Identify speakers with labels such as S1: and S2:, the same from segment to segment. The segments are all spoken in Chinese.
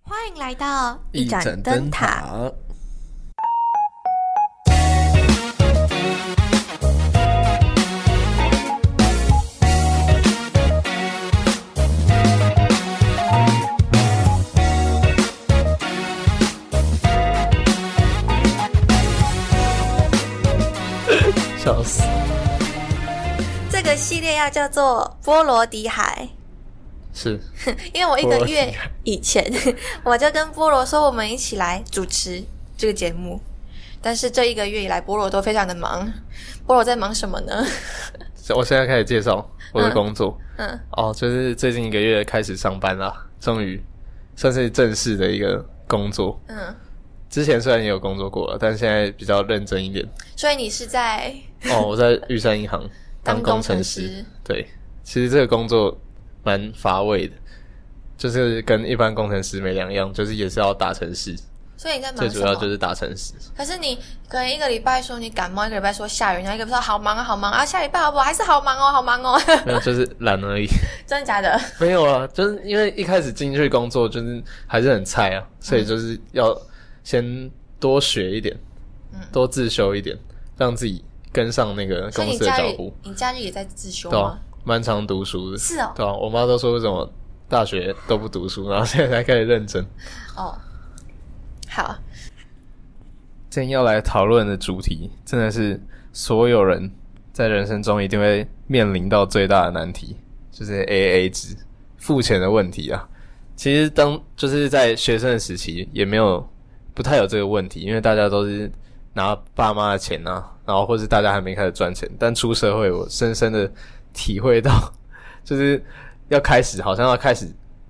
S1: 欢迎来到
S2: 一盏灯塔。笑死！
S1: 这个系列要叫做《波罗的海
S2: 是》，
S1: 因为我一个
S2: 波罗的
S1: 月
S2: 海
S1: 以前 我就跟菠萝说我们一起来主持这个节目，但是这一个月以来菠萝都非常的忙。菠萝在忙什么呢？
S2: 我现在开始介绍我的工作、
S1: 嗯，
S2: 哦，就是最近一个月开始上班啦，终于算是正式的一个工作。
S1: 嗯，
S2: 之前虽然也有工作过了，但现在比较认真一 点。
S1: 所以你是在
S2: 哦，我在玉山银行
S1: 当
S2: 工
S1: 程
S2: 师。，对，其实这个工作蛮乏味的，就是跟一般工程师没两样，就是也是要打程式，
S1: 所以你在忙
S2: 最
S1: 什
S2: 主
S1: 么？
S2: 要就是打程式。
S1: 可是你可能一个礼拜说你感冒，一个礼拜说下雨，然后一个礼拜说好忙啊好忙啊，下礼拜好不好？还是好忙哦好忙哦，
S2: 没有，就是懒而已。
S1: 真的假的？
S2: 没有啊，就是因为一开始进去工作就是还是很菜
S1: 嗯
S2: 啊，所以就是要先多学一点，
S1: 嗯
S2: 多自修一点，让自己跟上那个
S1: 所以
S2: 公
S1: 你
S2: 司的
S1: 假
S2: 脚
S1: 日
S2: 步。
S1: 你假日也在自修
S2: 对
S1: 吗
S2: 啊？，蛮常读书的。
S1: 是哦
S2: 对啊，我妈都说为什么大学都不读书，然后现在才开始认真。
S1: 哦，好，
S2: 今天要来讨论的主题，真的是所有人在人生中一定会面临到最大的难题，就是 AA 制付钱的问题啊。其实当就是在学生的时期，也没有不太有这个问题，因为大家都是拿爸妈的钱啊，然后或是大家还没开始赚钱。但出社会，我深深的体会到， 就是要开始，好像要开始，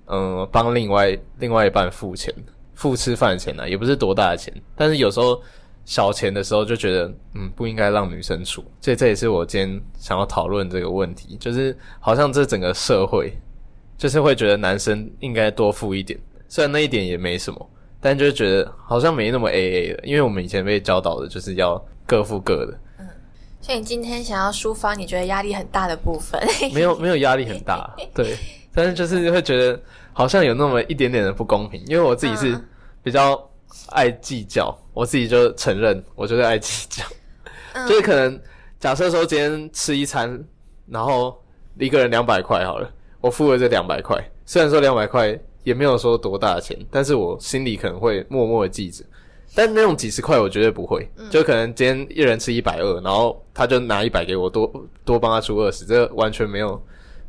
S2: 嗯，帮另外另外一半付钱，付吃饭的钱啊，也不是多大的钱，但是有时候小钱的时候就觉得，嗯，不应该让女生出，所以这也是我今天想要讨论这个问题，就是好像这整个社会，就是会觉得男生应该多付一点，虽然那一点也没什么，但就是觉得好像没那么 A A 了，因为我们以前被教导的就是要各付各的，
S1: 所以你今天想要抒发你觉得压力很大的部分，
S2: 没有没有压力很大，对，但是就是会觉得好像有那么一点点的不公平，因为我自己是
S1: 嗯
S2: 比较爱计较，我自己就承认我就是爱计较，
S1: 嗯
S2: 就是可能假设说今天吃一餐，然后一个人两百块好了，我付了这两百块，虽然说两百块也没有说多大的钱，但是我心里可能会默默的记着。但那种几十块我绝对不会，
S1: 嗯
S2: 就可能今天一人吃一百二，然后他就拿一百给我，多多帮他出二十，这完全没有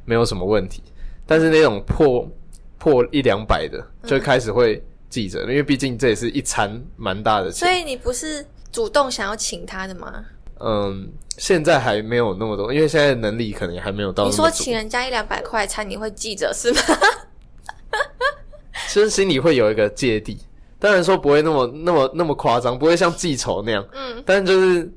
S2: 没有什么问题。但是那种破破一两百的，
S1: 嗯
S2: 就开始会记着，因为毕竟这也是一餐蛮大的
S1: 所
S2: 钱。
S1: 以你不是主动想要请他的吗？
S2: 嗯，现在还没有那么多，因为现在能力可能也还没有到
S1: 你
S2: 那么
S1: 说
S2: 足
S1: 请，人家一两百块餐，你会记着是吗？
S2: 其实心里会有一个芥蒂。当然说不会那么那么那么夸张，不会像记仇那样，
S1: 嗯，
S2: 但就是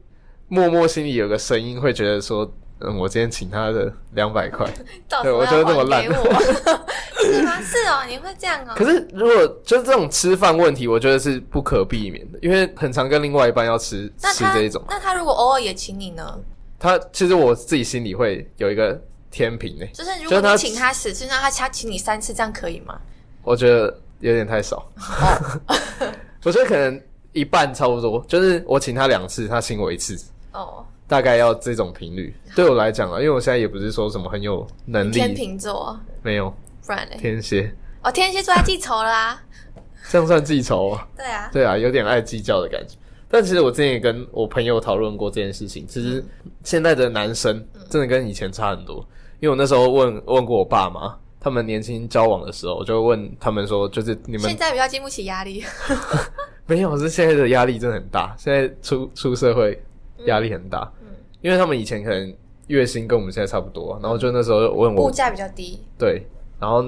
S2: 默默心里有个声音，会觉得说，嗯，我今天请他的两百 块，
S1: 到时候
S2: 我
S1: 要
S2: 就那
S1: 还
S2: 么烂
S1: 给我， 是吗？是哦，你会这样哦
S2: 可。是如果就是这种吃饭问题，我觉得是不可避免的，因为很常跟另外一半要吃
S1: 那
S2: 吃
S1: 他
S2: 这一种，
S1: 那他如果偶尔也请你呢？
S2: 他其实我自己心里会有一个天平诶、欸
S1: 就是如
S2: 就
S1: 果
S2: 是他
S1: 你请他十次，那他他请你三次，这样可以吗？
S2: 我觉得有点太少，
S1: 哦
S2: 我觉得可能一半差不多，就是我请他两次，他请我一次。
S1: 哦，
S2: 大概要这种频率，对我来讲啊，因为我现在也不是说什么很有能
S1: 天
S2: 力，
S1: 秤座，
S2: 没有
S1: 不然嘞？
S2: 天蝎，
S1: 哦，天蝎座他记仇啦。
S2: 这样算记仇啊？
S1: 对啊，
S2: 对啊，有点爱计较的感觉。但其实我之前也跟我朋友讨论过这件事情，其实
S1: 嗯
S2: 现在的男生真的跟以前差很多。因为我那时候问问过我爸妈，他们年轻交往的时候，我就问他们说，就是你们
S1: 现在比较经不起压力。
S2: 没有，是现在的压力真的很大，现在出出社会压力很大，
S1: 嗯
S2: 因为他们以前可能月薪跟我们现在差不多啊、然后就那时候问我
S1: 物价比较低，
S2: 对，然后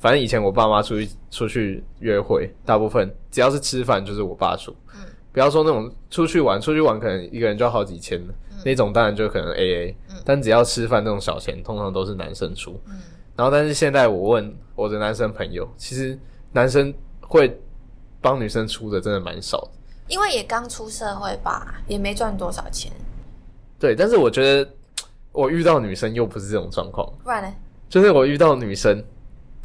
S2: 反正以前我爸妈出去出去约会，大部分只要是吃饭就是我爸出，
S1: 嗯
S2: 不要说那种出去玩，出去玩可能一个人就要好几千了，那种当然就可能 A A，、但只要吃饭那种小钱，通常都是男生出。
S1: 嗯
S2: 然后但是现在我问我的男生朋友，其实男生会帮女生出的真的蛮少的，
S1: 因为也刚出社会吧，也没赚多少钱，
S2: 对，但是我觉得我遇到女生又不是这种状况。
S1: 不然呢？
S2: 就是我遇到女生，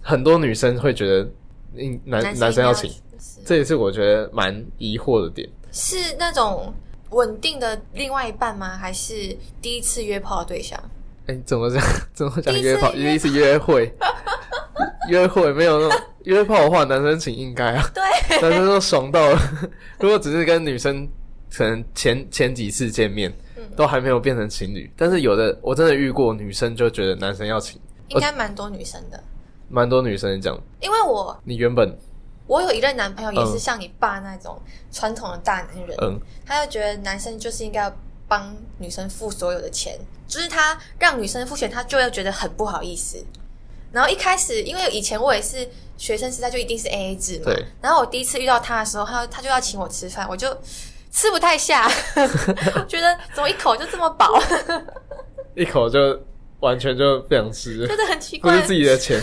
S2: 很多女生会觉得嗯
S1: 男
S2: 男男
S1: 生
S2: 生要
S1: 要
S2: 请，
S1: 是
S2: 这也是我觉得蛮疑惑的点。
S1: 是那种稳定的另外一半吗？还是第一次约炮的对象？
S2: 哎、怎么讲？ 怎么讲
S1: 第一次
S2: 约炮？
S1: 约
S2: 第一次约 会，约会没有那种约炮的话，男生请应该 啊。
S1: 对，
S2: 男生都爽到了。 如果只是跟女生，可能前前几次见面都还没有变成情侣，但是有的我真的遇过，女生就觉得男生要请，
S1: 应该蛮多女生的，
S2: 蛮多女生讲，
S1: 因为我
S2: 你原本
S1: 我有一任男朋友也是
S2: 嗯
S1: 像你爸那种传统的大男人，
S2: 嗯
S1: 他就觉得男生就是应该要帮女生付所有的钱，就是他让女生付钱，他就要觉得很不好意思。然后一开始，因为以前我也是学生时代，就一定是 A A 制嘛。
S2: 对。
S1: 然后我第一次遇到他的时候，他他就要请我吃饭，我就吃不太下， 我觉得怎么一口就这么饱，
S2: 一口就完全就不想吃了，
S1: 真的很奇
S2: 不
S1: 怪。
S2: 是自己的 钱，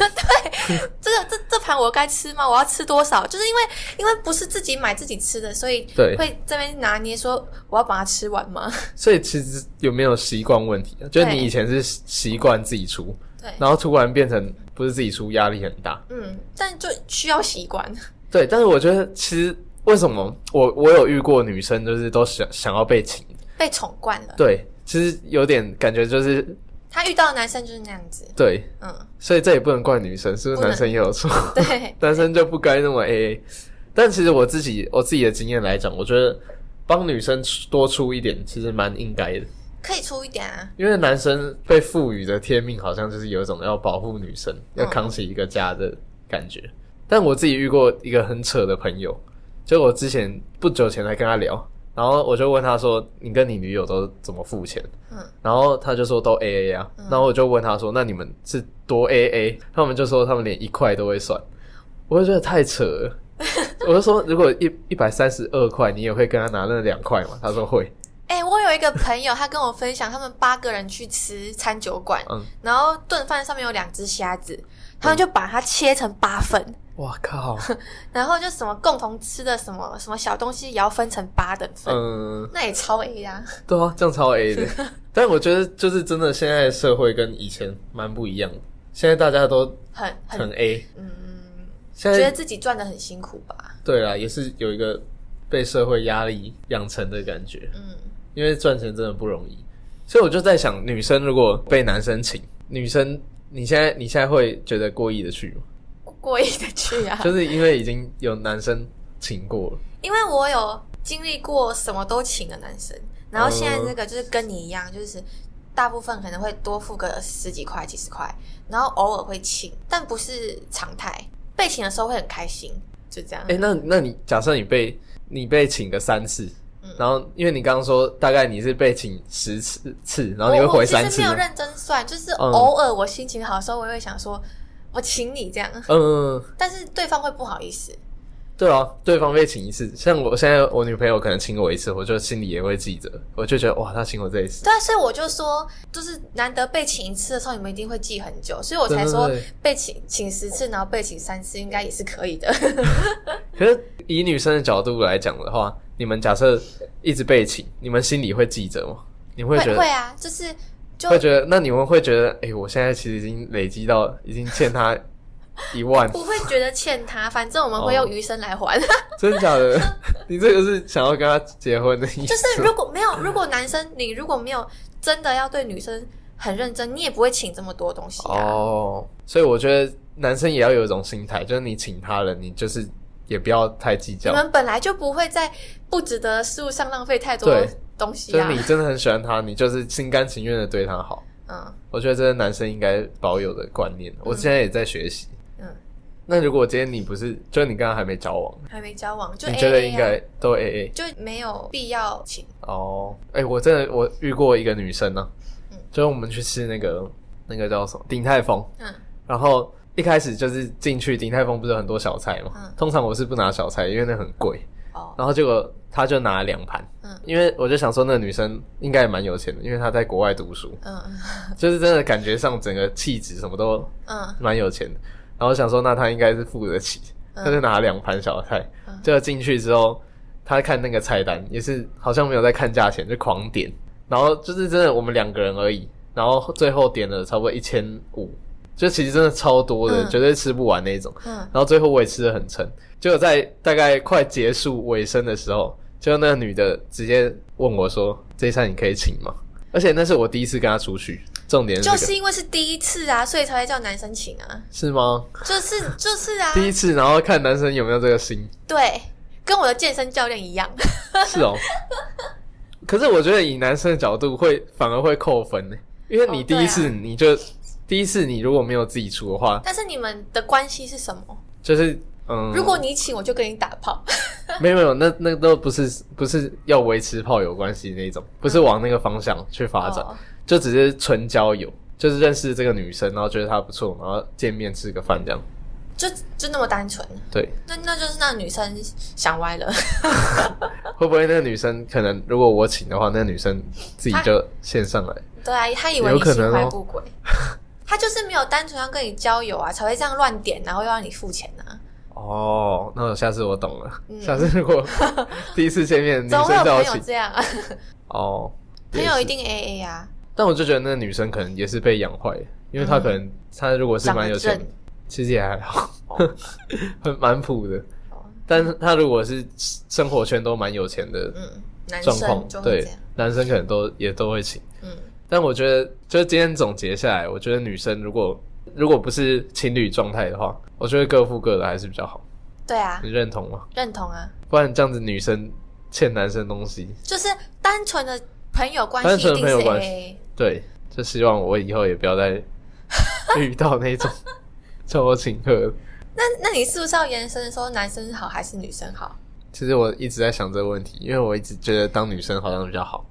S1: 这个这这盘我该吃吗？我要吃多少？就是因为因为不是自己买自己吃的，所以
S2: 对
S1: 会这边拿捏说我要把它吃完吗？
S2: 所以其实有没有习惯问题啊？就是
S1: 对
S2: 你以前是习惯自己出，
S1: 对，
S2: 然后突然变成不是自己出，压力很大。
S1: 嗯，但就需要习惯。
S2: 对，但是我觉得其实为什么我我有遇过女生，就是都想想要被请，
S1: 被宠惯了。
S2: 对，其实有点感觉就是
S1: 他遇到的男生就是那样子，
S2: 对，
S1: 嗯，
S2: 所以这也不能怪女生，是不
S1: 不
S2: 是
S1: 能
S2: 男生也有错？
S1: 对，
S2: 男生就不该那么 A A。但其实我自己我自己的经验来讲，我觉得帮女生出多出一点，其实蛮应该的，
S1: 可以出一点啊，
S2: 因为男生被赋予的天命好像就是有一种要保护女生，
S1: 嗯
S2: 要扛起一个家的感觉。但我自己遇过一个很扯的朋友，就我之前不久前才跟他聊，然后我就问他说：“你跟你女友都怎么付钱？”
S1: 嗯，
S2: 然后他就说都 A A 啊，然后我就问他说：“那你们是多 A A？” 他们就说他们连一块都会算，我就觉得太扯了。我就说，如果一一百三十二块，你也会跟他拿那两块吗？他说会，
S1: 哎、我有一个朋友，他跟我分享，他们八个人去吃餐酒馆，
S2: 嗯，
S1: 然后炖饭上面有两只虾子，他们就把它切成八份，
S2: 哇靠，
S1: 然后就什么共同吃的什么什么小东西，也要分成八等份，
S2: 嗯，
S1: 那也超 A 呀、啊。
S2: 对啊，这样超 A 的。但我觉得就是真的，现在的社会跟以前蛮不一样的。现在大家都
S1: 很
S2: 很
S1: 很
S2: A，
S1: 嗯，
S2: 现
S1: 觉得
S2: 在
S1: 自己赚的很辛苦吧？
S2: 对啦，也是有一个被社会压力养成的感觉，
S1: 嗯，
S2: 因为赚钱真的不容易。所以我就在想，女生如果被男生请，女生你现在你现在会觉得过意的去吗？
S1: 过意的去啊。
S2: 就是因为已经有男生请过了，
S1: 因为我有经历过什么都请的男生，然后现在这个就是跟你一样，就是大部分可能会多付个十几块、几十块，然后偶尔会请，但不是常态。被请的时候会很开心，就这样。
S2: 哎、那那你假设你被你被请个三次
S1: 嗯，
S2: 然后因为你刚刚说大概你是被请十次次，然后你会
S1: 我
S2: 回三
S1: 我其实
S2: 次
S1: 没
S2: 吗
S1: 有，认真算，就是
S2: 嗯
S1: 偶尔我心情好的时候，我也会想说，我请你这样，
S2: 嗯，
S1: 但是对方会不好意思。
S2: 对啊，对方被请一次，像我现在我女朋友可能请我一次，我就心里也会记着，我就觉得哇，她请我这一次，
S1: 对啊，所以我就说，就是难得被请一次的时候，你们一定会记很久，所以我才说
S2: 对对对
S1: 被请请十次，然后被请三次，应该也是可以的。
S2: 可是以女生的角度来讲的话，你们假设一直被请，你们心里会记着吗？你会觉得
S1: 会啊，就是就
S2: 会觉得？那你们会觉得，哎、我现在其实已经累积到已经欠她一 万，
S1: 不会觉得欠他，反正我们会
S2: 哦
S1: 用余生来 还。
S2: 真假的？你这个是想要跟她结婚的意
S1: 就
S2: 思
S1: 是
S2: 吗？
S1: 如果没有，如果男生你如果没有真的要对女生很认真，你也不会请这么多东西啊。
S2: 哦，所以我觉得男生也要有一种心态，就是你请她了，你就是也不要太计
S1: 你
S2: 较。
S1: 们本来就不会在不值得的事物上浪费太多
S2: 对
S1: 东西
S2: 就
S1: 啊
S2: 是。你真的很喜欢他，你就是心甘情愿的对他好。
S1: 嗯
S2: 我觉得这是男生应该保有的观念。我现在也在学习。
S1: 嗯，
S2: 那如果今天你不是，就是你刚刚还没交往，
S1: 还没交往就
S2: 你觉得
S1: A
S2: 应
S1: A 啊，
S2: 该都 A A
S1: 就没有必要请。
S2: 哦？哎、我真的我遇过一个女生呢、啊
S1: 嗯
S2: 就是我们去吃那个那个叫什么鼎泰丰，
S1: 嗯
S2: 然后一开始就是进去鼎泰丰不是有很多小菜嘛，
S1: 嗯
S2: 通常我是不拿小菜，因为那很贵。
S1: 哦，
S2: 然后结果她就拿了两盘，
S1: 嗯
S2: 因为我就想说那个女生应该也蛮有钱的，因为她在国外读书，
S1: 嗯嗯
S2: 就是真的感觉上整个气质什么都
S1: 嗯
S2: 蛮有钱的。然后我想说，那他应该是付得起，
S1: 嗯
S2: 他就拿了两盘小菜
S1: 嗯。
S2: 结果进去之后，他看那个菜单也是好像没有在看价钱，就狂点。然后就是真的我们两个人而已，然后最后点了差不多一千五，就其实真的超多的，
S1: 嗯
S2: 绝对吃不完那种。
S1: 嗯，
S2: 然后最后我也吃的很撑，结果在大概快结束尾声的时候，就那个女的直接问我说：“这一餐你可以请吗？”而且那是我第一次跟她出去，重点是、这
S1: 就
S2: 个、
S1: 是因为是第一次啊，所以才会叫男生请啊，
S2: 是吗？
S1: 就是就是啊，
S2: 第一次，然后看男生有没有这个心，
S1: 对，跟我的健身教练一样，
S2: 是哦。可是我觉得以男生的角度会反而会扣分呢，因为你
S1: 哦
S2: 第
S1: 对
S2: 一
S1: 啊
S2: 次你就、第一次你如果没有自己出的话，
S1: 但是你们的关系是什么？
S2: 就是嗯，
S1: 如果你请，我就跟你打炮，
S2: 没有没有，那那都不是不是要维持炮友关系那种，不是往那个方向去发展，
S1: 哦
S2: 就只是纯交友，就是认识这个女生，然后觉得她不错，然后见面吃个饭这样。
S1: 就就那么单纯，
S2: 对，
S1: 那那就是那女生想歪 了，
S2: 会不会那个女生可能如果我请的话，那个女生自己
S1: 啊
S2: 就献上来？
S1: 对啊，她以为
S2: 有
S1: 你
S2: 可能
S1: 心怀
S2: 哦
S1: 不轨，她就是没有单纯要跟你交友啊，才会这样乱点，然后又让你付钱啊，
S2: 哦，那我下次我懂了，
S1: 嗯
S2: 下次如果第一次见面 女
S1: 总
S2: 生
S1: 会有
S2: 叫我
S1: 朋友
S2: 请，
S1: 这样啊，
S2: 哦，
S1: 朋
S2: 也
S1: 友
S2: 是
S1: 一定 A A 啊，
S2: 但我就觉得那个女生可能也是被养坏了，因为她可能、她如果是蛮有
S1: 嗯
S2: 钱
S1: 长得正，
S2: 其实也还 好，很蛮普的
S1: 哦。
S2: 但是她如果是生活圈都蛮有钱的
S1: 嗯，男
S2: 状
S1: 生
S2: 况
S1: 就，会
S2: 对
S1: 这样，
S2: 男生可能都也都会请。
S1: 嗯，
S2: 但我觉得，就是今天总结下来，我觉得女生如果如果不是情侣状态的话，我觉得各付各的还是比较好。
S1: 对啊，
S2: 你认同吗？
S1: 认同啊，
S2: 不然这样子女生欠男生东西，
S1: 就是单纯的朋友关
S2: 单
S1: 系
S2: 纯
S1: 一
S2: 的
S1: 定
S2: 朋
S1: 是 A
S2: 友关
S1: A，
S2: 对，就希望我以后也不要再遇到 那种叫我请客。
S1: 那那你是不是要延伸说男生好还是女生好？
S2: 其实我一直在想这个问题，因为我一直觉得当女生好像比较好，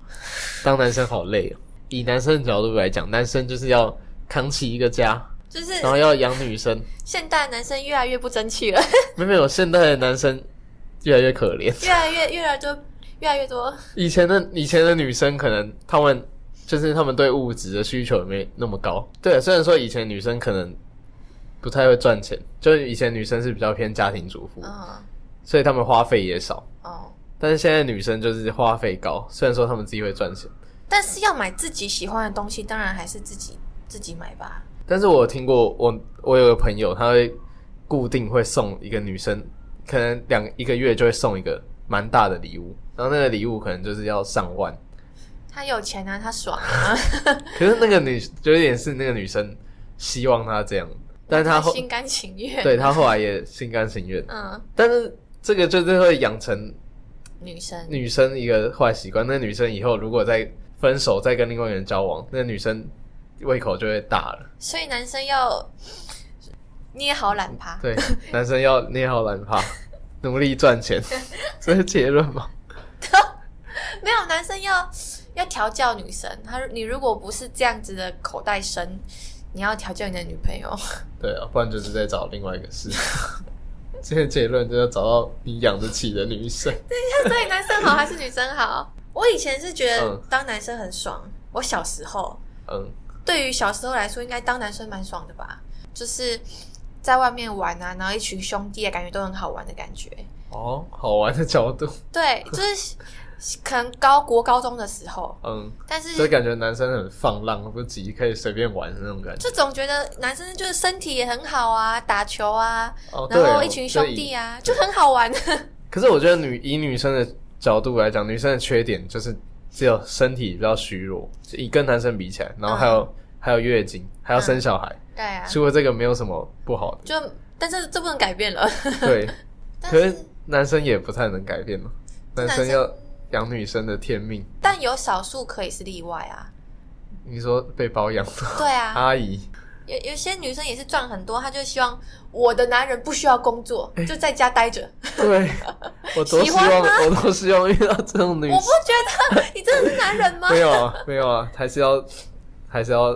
S2: 当男生好累哦。以男生的角度来讲，男生就是要扛起一个家，
S1: 就是
S2: 然后要养女生。
S1: 现代男生越来越不争气了，
S2: 没有没有，现在的男生越来越可怜。
S1: 越来越越来越多越来越多，
S2: 以前的以前的女生可能她们就是她们对物质的需求也没那么高。对，虽然说以前女生可能不太会赚钱，就是以前女生是比较偏家庭主妇，
S1: 嗯
S2: 所以她们花费也少。
S1: 哦，
S2: 但是现在女生就是花费高，虽然说她们自己会赚钱，
S1: 但是要买自己喜欢的东西，当然还是自己自己买吧。
S2: 但是我有听过我我有个朋友，他会固定会送一个女生，可能两一个月就会送一个蛮大的礼物，然后那个礼物可能就是要上万。
S1: 他有钱啊，他爽啊，
S2: 可是那个女就有点是那个女生希望他这样，但是他后
S1: 心甘情愿。，
S2: 对他后来也心甘情愿，
S1: 嗯，
S2: 但是这个就是会养成
S1: 女生
S2: 女生一个坏习惯。那女生以后如果再分手，再跟另外一个人交往，那女生胃口就会大了。
S1: 所以男生要捏好懒趴，
S2: 对，男生要捏好懒趴，努力赚钱，这是结论吗？
S1: 没有男生要要调教女生。他你如果不是这样子的口袋深，你要调教你的女朋友。
S2: 对啊，不然就是在找另外一个事。 这个结论就是要找到你养得起的女生。
S1: 所以男生好还是女生好？我以前是觉得
S2: 嗯
S1: 当男生很爽。我小时候，
S2: 嗯，
S1: 对于小时候来说，应该当男生蛮爽的吧？就是在外面玩啊，然后一群兄弟啊，感觉都很好玩的感觉。
S2: 哦，好玩的角度，
S1: 对，就是可能高国高中的时候，
S2: 嗯。
S1: 但
S2: 就是感觉男生很放浪不羁，可以随便玩的那种感觉。
S1: 就总觉得男生就是身体也很好啊，打球啊，
S2: 哦，对
S1: 然
S2: 哦
S1: 后一群兄弟。
S2: 就以
S1: 啊，就很好 玩。
S2: 可是我觉得女以女生的角度来讲，女生的缺点就是只有身体比较虚弱，就以跟男生比起来，然后还有、
S1: 嗯
S2: 还有月经，还要生小孩。
S1: 对啊，
S2: 除了这个，没有什么不好
S1: 就但是这不能改变了。
S2: 的。对，
S1: 但
S2: 可是
S1: 是
S2: 男生也不太能改变嘛，男
S1: 男
S2: 生
S1: 生
S2: 要养女生的天命。
S1: 但有少数可以是例外啊。
S2: 你说被包养的
S1: 对啊，
S2: 阿姨，
S1: 有有些女生也是赚很多，她就希望我的男人不需要工作，
S2: 哎
S1: 就在家 待着。
S2: 对我多希
S1: 喜欢
S2: 望，
S1: 吗
S2: 我多希望遇到这种女
S1: 我
S2: 生
S1: 不。觉得你真的是男人吗？
S2: 没有啊，没有啊，还是要还是要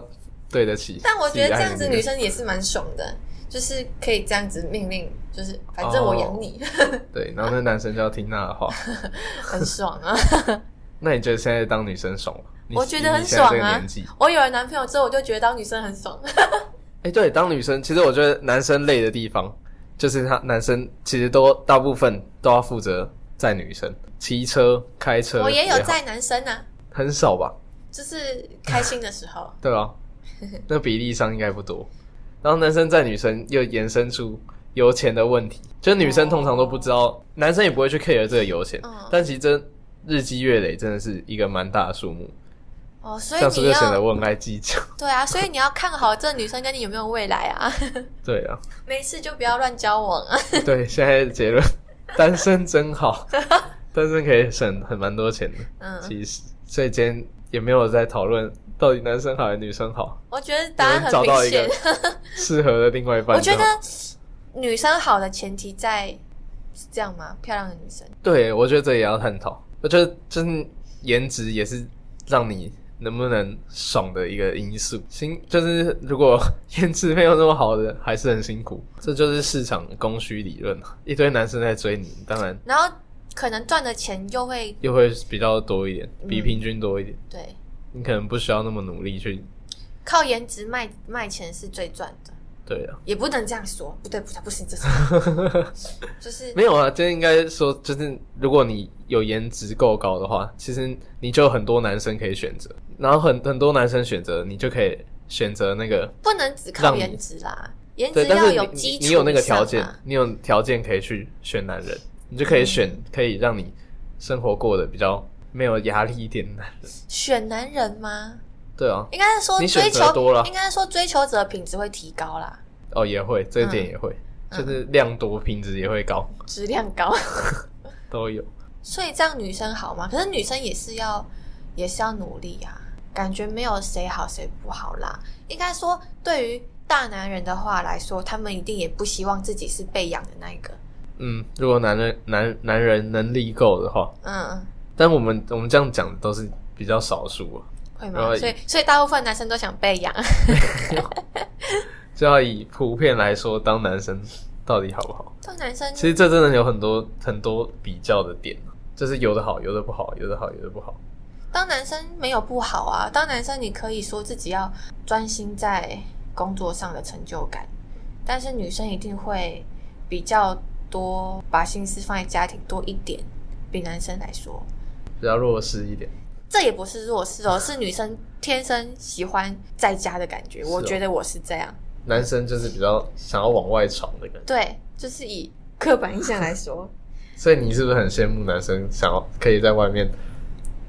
S2: 对得起。
S1: 但我觉得这样子女
S2: 生，
S1: 生也是蛮爽的，就是可以这样子命令，就是反正我养
S2: 哦
S1: 你，
S2: 对，然后那男生就要听他的话。
S1: 很爽啊！
S2: 那你觉得现在当女生爽吗？你
S1: 我觉得很
S2: 你现在
S1: 爽
S2: 这个
S1: 啊
S2: 年纪，！
S1: 我有了男朋友之后，我就觉得当女生很 爽。
S2: 哎、对，当女生，其实我觉得男生累的地方，就是他男生其实都大部分都要负责载女生，骑车、开车。
S1: 我也有
S2: 好，
S1: 在男生啊，
S2: 很少吧？
S1: 就是开心的时候
S2: 对啊，那比例上应该不多。然后男生在女生又延伸出油钱的问题，就女生通常都不知道，
S1: 哦
S2: 男生也不会去 care 这个油钱，
S1: 嗯
S2: 但其实真日积月累真的是一个蛮大的数目，
S1: 哦，所以
S2: 这样是不
S1: 你
S2: 是显得
S1: 要
S2: 我很爱计较？
S1: 对啊，所以你要看好这女生跟你有没有未来啊，
S2: 对啊，
S1: 没事就不要乱交往啊。
S2: 对，现在的结论，单身 真好，单身可以省很蛮多钱的，
S1: 嗯，
S2: 其实，所以今天也没有在讨论到底男生好还是女生好，
S1: 我觉得答
S2: 我
S1: 案
S2: 们找
S1: 很明
S2: 到一
S1: 显
S2: 个。适合的另外一 半
S1: 我
S2: 就
S1: 觉
S2: 好。
S1: 得女生好的前提在是这样吗？漂亮的女生，
S2: 对，我觉得这也要探讨。我觉得就是颜值也是让你能不能爽的一个因素。辛就是如果颜值没有那么好的，还是很辛苦。这就是市场供需理论啊，一堆男生在追你，当然
S1: 然后可能赚的钱又会
S2: 又会比较多一点，比
S1: 嗯
S2: 平均多一点。
S1: 对
S2: 你可能不需要那么努力去。
S1: 靠颜值卖卖钱是最赚的，
S2: 对啊，
S1: 也不能这样说，不对不对，不是这是 就是
S2: 没有啊，这应该说就是，如果你有颜值够高的话，其实你就有很多男生可以选择，然后很很多男生选择，你就可以选择那个
S1: 不能只靠
S2: 让你
S1: 颜值啦，颜值
S2: 对，但
S1: 要
S2: 是
S1: 有
S2: 你
S1: 基础
S2: 你你有那个
S1: 以上啊
S2: 条件
S1: 嘛，
S2: 你有条件可以去选男人，你就可以选、
S1: 嗯
S2: 可以让你生活过得比较没有压力一点的男人。
S1: 选男人吗？
S2: 对啊，
S1: 应该是说
S2: 你选
S1: 追
S2: 择
S1: 求
S2: 多了
S1: 应该是说追求者的品质会提高啦，
S2: 哦也会，这一点也会，
S1: 嗯
S2: 就是量多品质也会高，
S1: 质量高，
S2: 都有。
S1: 所以这样女生好吗？可是女生也是要也是要努力啊，感觉没有谁好谁不好啦。应该说，对于大男人的话来说，他们一定也不希望自己是被养的那一个。
S2: 嗯，如果男人男男人能力够的话，
S1: 嗯，
S2: 但我们我们这样讲的都是比较少数啊，
S1: 会
S2: 然后
S1: 吗？所以所以大部分男生都想被养。
S2: 就要以普遍来说，当男生到底好不好？
S1: 这男生
S2: 其实这真的有很多很多比较的点，啊就是有的好，有的不好，有的好，有的不好。
S1: 当男生没有不好啊，当男生你可以说自己要专心在工作上的成就感，但是女生一定会比较多把心思放在家庭多一点，比男生来说，
S2: 比较弱势一点。
S1: 这也不是弱势哦，是女生天生喜欢在家的感觉，
S2: 是哦
S1: 我觉得我是这样，
S2: 男生就是比较想要往外闯的感觉，
S1: 对，就是以刻板印象来 说，
S2: 所以你是不是很羡慕男生想要可以在外面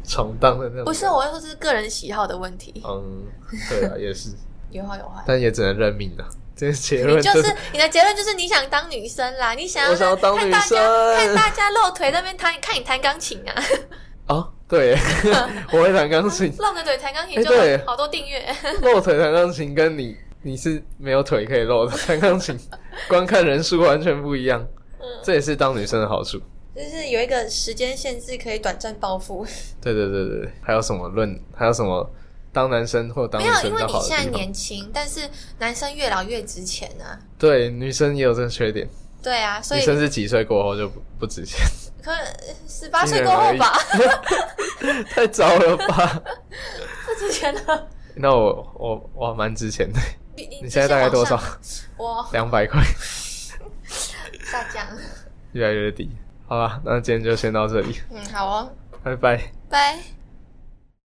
S2: 闯荡的那种？
S1: 不是，，我是说这是个人喜好的问题，
S2: 嗯，对啊，也 是，
S1: 有好有坏。
S2: 但也只能认命了。啊这个结论
S1: 你就是是你的结论就是你想当女生啦，你想要
S2: 我想要当
S1: 看
S2: 女
S1: 大家
S2: 生
S1: 看大家露腿那边弹，看你弹钢琴 啊，
S2: 哦， 对，我会弹钢琴，
S1: 露个腿弹钢
S2: 哎
S1: 琴就
S2: 对
S1: 好多订阅，
S2: 露腿弹钢琴，跟你你是没有腿可以露的弹钢琴，观看人数完全不一样。
S1: 嗯
S2: 这也是当女生的好处。
S1: 就是有一个时间限制可以短暂暴富。
S2: 对对对对，对还有什么论？还有什么当男生或当
S1: 没
S2: 女
S1: 有，
S2: 生
S1: 因
S2: 比
S1: 为
S2: 较
S1: 你
S2: 好的
S1: 现在
S2: 地方？
S1: 年轻，但是男生越老越值钱啊。
S2: 对，女生也有这个缺点。
S1: 对啊，所
S2: 女
S1: 以
S2: 生是几岁过后就不不值钱，
S1: 可能十八岁啊过后吧，
S2: 太早了吧？
S1: 不值钱了。
S2: 那我我我还蛮值钱的，
S1: 你你
S2: 你现在大概多少？
S1: 我
S2: 两百块，
S1: 下降。
S2: 越来越低。好吧，那今天就先到这里，
S1: 嗯，好哦，
S2: 拜拜。
S1: 拜。